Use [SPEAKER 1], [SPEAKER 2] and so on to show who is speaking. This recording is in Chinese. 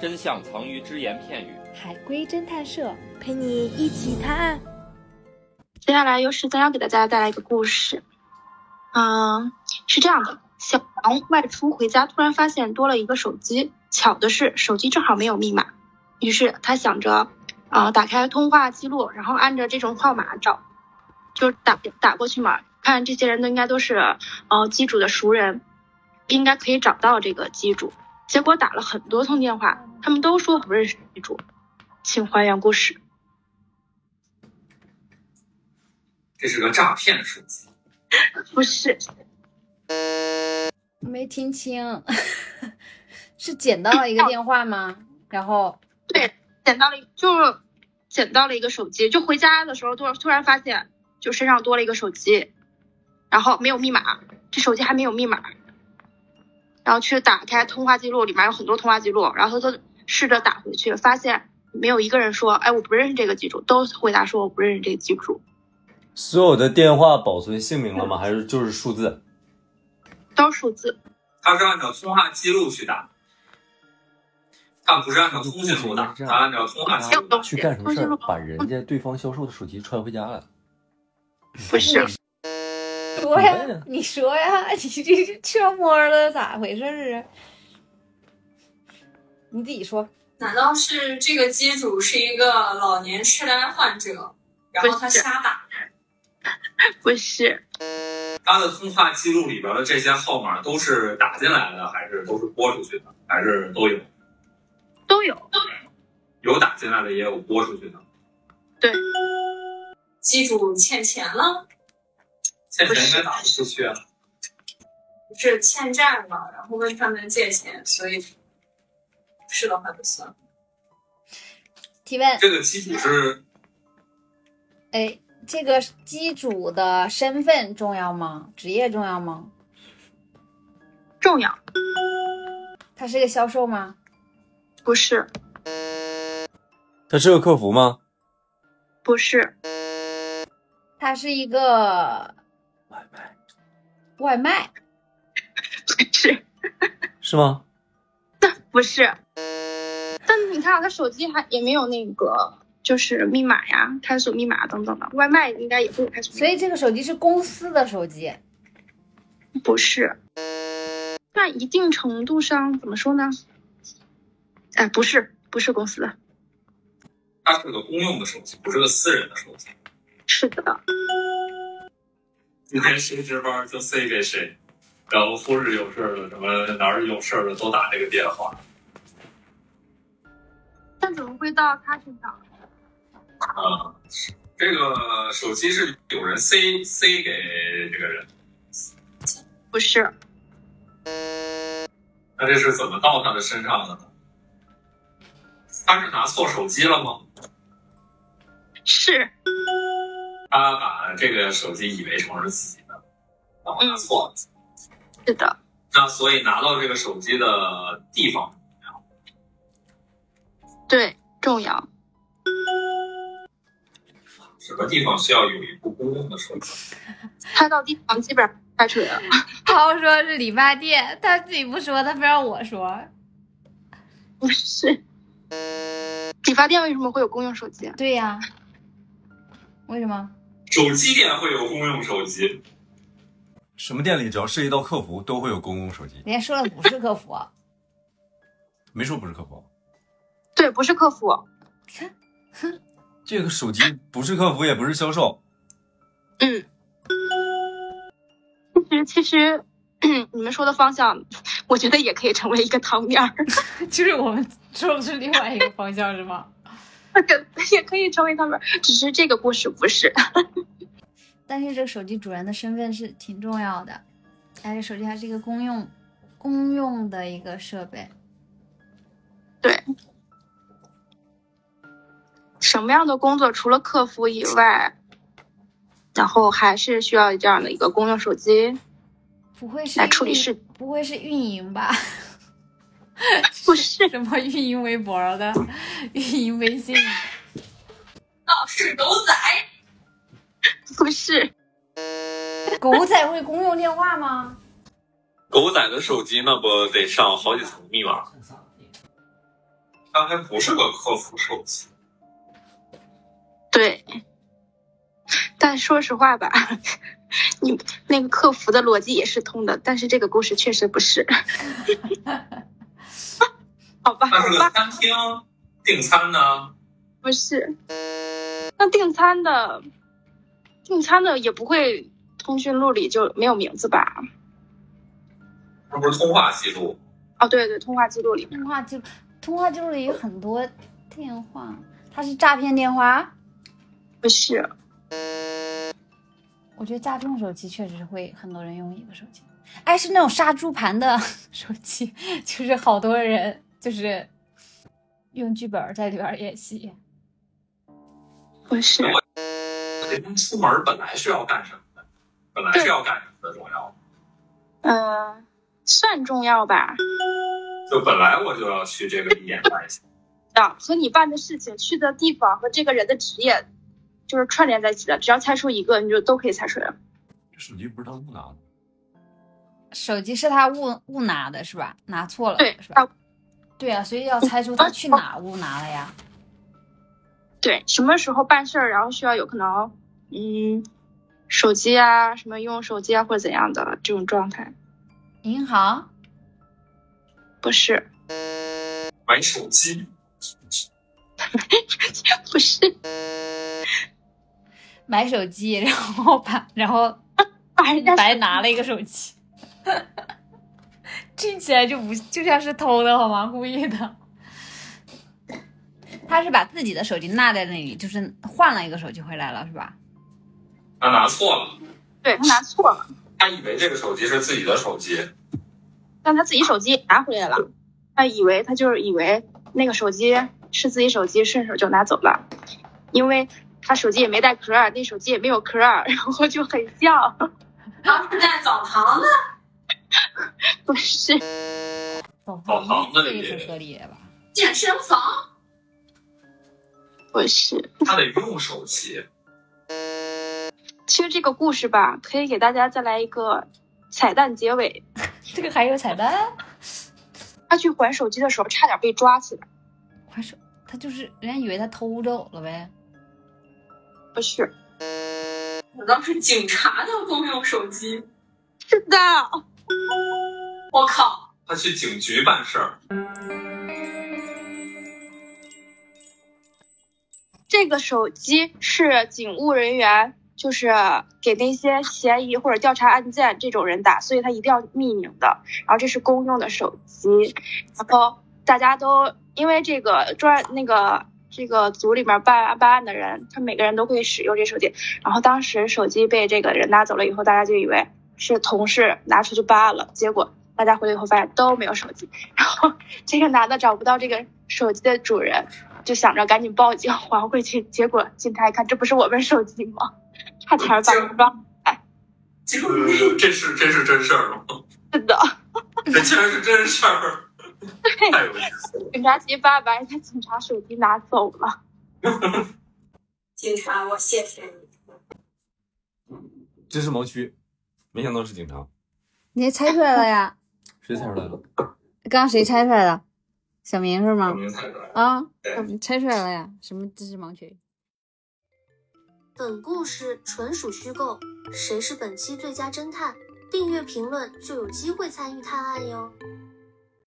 [SPEAKER 1] 真相藏于只言片语。
[SPEAKER 2] 海龟侦探社陪你一起探案。
[SPEAKER 3] 接下来由十三幺给大家带来一个故事。嗯，是这样的，小王外出回家，突然发现多了一个手机。巧的是，手机正好没有密码，于是他想着，啊、打开通话记录，然后按着这种号码找，就打打过去嘛，看这些人都应该都是呃机主的熟人，应该可以找到这个机主。结果打了很多通电话，他们都说不认识机主。请还原故事。
[SPEAKER 4] 这是个诈骗手机。
[SPEAKER 3] 不是，
[SPEAKER 5] 没听清， 是捡到了一个电话
[SPEAKER 2] 啊
[SPEAKER 5] 吗？然后
[SPEAKER 3] 对，捡到了一，就是捡到了一个手机，就回家的时候突然突然发现，就身上多了一个手机，然后没有密码，这手机还没有密码，然后去打开通话记录，里面有很多通话记录，然后他就试着打回去，发现没有一个人说，哎，我不认识这个机主，都回答说我不认识这个机主，
[SPEAKER 6] 所有的电话保存姓名了吗？ 还是就是数字？
[SPEAKER 3] 都是数字，
[SPEAKER 4] 他是按照通话记录去打，他不是按照通讯录打，他按照通话记录打。
[SPEAKER 6] 去干什么事儿？把人家对方销售的手机揣回家了？
[SPEAKER 3] 不是，
[SPEAKER 5] 说呀，啊你说呀， 你这是悄摸的，咋回事儿啊？你自己说，
[SPEAKER 7] 难道是这个机主是一个老年痴呆患者，然后他瞎打？
[SPEAKER 3] 不是，
[SPEAKER 4] 他的通话记录里边的这些号码都是打进来的，还是都是拨出去的，还是都有？
[SPEAKER 3] 都有，
[SPEAKER 4] 有打进来的，也有拨出去的。
[SPEAKER 7] 机主欠钱了，
[SPEAKER 4] 欠钱应该打不出去啊。
[SPEAKER 7] 不是欠债了，然后问他们借钱，所以是的话就算了。
[SPEAKER 5] 提问，
[SPEAKER 4] 这个机主是
[SPEAKER 5] 哎，这个机主的身份重要吗？职业重要吗？
[SPEAKER 3] 重要，
[SPEAKER 5] 他是个销售吗？
[SPEAKER 3] 不是，
[SPEAKER 6] 他是个客服吗？
[SPEAKER 3] 不是，
[SPEAKER 5] 他是一个外卖，
[SPEAKER 3] 不是，
[SPEAKER 6] 是吗？
[SPEAKER 3] 不是。但是你看啊，他手机还也没有那个，就是密码呀、开锁密码等等的。外卖应该也会有开锁密
[SPEAKER 5] 所
[SPEAKER 3] 码，
[SPEAKER 5] 以这个手机是公司的手机，
[SPEAKER 3] 不是，在一定程度上怎么说呢？哎，不是，不是公司的，
[SPEAKER 4] 它是个公用的手机，不是个私人的手机。
[SPEAKER 3] 是的，
[SPEAKER 4] 今天谁值班就塞给谁，然后护士有事儿了，什么哪儿有事儿了都打这个电话。
[SPEAKER 3] 但怎么会到他身上？
[SPEAKER 4] 啊，这个手机是有人塞塞给这个人，
[SPEAKER 3] 不是，
[SPEAKER 4] 那这是怎么到他的身上的呢？他是拿错手机了吗？
[SPEAKER 3] 是
[SPEAKER 4] 他把这个手机以为成是自己的，然后拿错了。
[SPEAKER 3] 是的，
[SPEAKER 4] 那所以拿到这个手机的地方，
[SPEAKER 3] 对，重要，
[SPEAKER 4] 什么地方需要有一部公用的手机？
[SPEAKER 3] 拍到地方基本上开除了。
[SPEAKER 5] 涛说是理发店，他自己不说，他非让我说。
[SPEAKER 3] 不是，理发店为什么会有公用手机？
[SPEAKER 5] 对呀、为什么？
[SPEAKER 4] 手机店会有公用手机，
[SPEAKER 6] 什么店里只要涉及到客服，都会有公共手机。
[SPEAKER 5] 人家说了不是客服，啊
[SPEAKER 6] 没说不是客服，
[SPEAKER 3] 对，不是客服，
[SPEAKER 6] 这个手机不是客服，也不是销售。
[SPEAKER 3] 嗯。其实，嗯其实 你们说的方向，我觉得也可以成为一个汤面儿，
[SPEAKER 5] 就是我们说的是另外一个方向是吗？
[SPEAKER 3] 也可以成为汤面儿，只是这个故事不是。
[SPEAKER 5] 但是这个手机主人的身份是挺重要的，而且手机还是一个公用公用的一个设备。
[SPEAKER 3] 什么样的工作除了客服以外，然后还是需要这样的一个公用手机
[SPEAKER 5] 不会是
[SPEAKER 3] 来处理
[SPEAKER 5] 运
[SPEAKER 3] 事？
[SPEAKER 5] 不会是运营吧？
[SPEAKER 3] 不是，
[SPEAKER 5] 什么运营微博的，运营微信的？
[SPEAKER 7] 老是狗仔，
[SPEAKER 3] 不是，
[SPEAKER 5] 狗仔会公用电话吗？
[SPEAKER 4] 狗仔的手机那不得上好几层密码？他还不是个客服手机，
[SPEAKER 3] 对，但说实话吧， 你那个客服的逻辑也是通的，但是这个故事确实不是。 好吧，
[SPEAKER 4] 他
[SPEAKER 3] 好
[SPEAKER 4] 是
[SPEAKER 3] 吧
[SPEAKER 4] 个，餐厅订餐呢，
[SPEAKER 3] 不是。那订餐的，订餐的也不会通讯录里就没有名字吧？
[SPEAKER 4] 这不是通话记录，
[SPEAKER 3] 哦，对对，通话记录里
[SPEAKER 5] 通话记录，通话记录里有很多电话，它是诈骗电话。
[SPEAKER 3] 不是。
[SPEAKER 5] 我觉得家用手机确实会很多人用一个手机，哎，是那种杀猪盘的手机， 就是好多人就是用剧本在里边演戏。
[SPEAKER 3] 不是，
[SPEAKER 4] 人家出门本来是要干什么的，本来是要干什么的重要，
[SPEAKER 3] 呃，算重要吧。
[SPEAKER 4] 就本来我就要去这个一眼半心，
[SPEAKER 3] 啊，和你办的事情、去的地方和这个人的职业，就是串联在一起的。只要猜出一个，你就都可以猜出来。
[SPEAKER 6] 这手机不是他误拿的，
[SPEAKER 5] 手机是他误误拿的是吧？拿错了
[SPEAKER 3] 对
[SPEAKER 5] 是吧？对啊，所以要猜出他去哪误拿了呀。
[SPEAKER 3] 对，什么时候办事儿，然后需要有可能，嗯，手机啊，什么用手机啊，或者怎样的这种状态，
[SPEAKER 5] 银行
[SPEAKER 3] 不是，
[SPEAKER 4] 买手机，
[SPEAKER 3] 不是，
[SPEAKER 5] 买手机， 然后把然 后
[SPEAKER 3] 把
[SPEAKER 5] 哎
[SPEAKER 3] 人家
[SPEAKER 5] 白拿了一个手机， 听起来就不就像是偷的好吗？故意的。他是把自己的手机落在那里，就是换了一个手机回来了，是吧？
[SPEAKER 4] 他拿错了，
[SPEAKER 3] 对他拿错了，
[SPEAKER 4] 他以为这个手机是自己的手机，
[SPEAKER 3] 但他自己手机拿回来了，他以为他就是以为那个手机是自己手机，顺手就拿走了，因为他手机也没带壳儿，那手机也没有壳儿， 然后就很像，
[SPEAKER 7] 然后是在澡堂呢，
[SPEAKER 3] 不是，
[SPEAKER 5] 走
[SPEAKER 4] 澡堂子里
[SPEAKER 5] 这是合理的吧？
[SPEAKER 7] 健身房，
[SPEAKER 3] 不是。
[SPEAKER 4] 他得用手机，
[SPEAKER 3] 其实这个故事吧，可以给大家再来一个彩蛋结尾，
[SPEAKER 5] 这个还有彩蛋，
[SPEAKER 3] 他去还手机的时候，差点被抓起来。
[SPEAKER 5] 还是他就是人家以为他偷走了呗？
[SPEAKER 3] 不是，
[SPEAKER 7] 我倒是警察都共用手机，
[SPEAKER 3] 是的，
[SPEAKER 7] 我靠，
[SPEAKER 4] 他去警局办事儿，
[SPEAKER 3] 这个手机是警务人员，就是给那些嫌疑或者调查案件这种人打，所以他一定要匿名的。然后这是公用的手机，然后大家都因为这个专那个。这个组里面办案办案的人，他每个人都会使用这手机。然后当时手机被这个人拿走了以后，大家就以为是同事拿出去办案了。结果大家回来以后发现都没有手机，然后这个男的找不到这个手机的主人，就想着赶紧报警还回去，结果警察一看，这不是我们手机吗？ 差点儿把人抓。
[SPEAKER 7] 就是
[SPEAKER 4] 呃这是这是真事儿吗？
[SPEAKER 3] 是的，
[SPEAKER 4] 这竟然是真事儿，太有意思了。
[SPEAKER 3] 警察局把把人家警察手机拿走了。
[SPEAKER 7] 警察，我谢谢你。
[SPEAKER 6] 这是盲区，没想到是警察，
[SPEAKER 5] 你也猜出来了呀？
[SPEAKER 6] 谁猜出来的？
[SPEAKER 5] 刚刚谁猜出来的？小明是吗？
[SPEAKER 4] 您猜出来了，
[SPEAKER 5] 啊，
[SPEAKER 4] 对
[SPEAKER 5] 你猜出来了呀？什么知识盲区？
[SPEAKER 8] 本故事纯属虚构，谁是本期最佳侦探？订阅评论就有机会参与探案哟。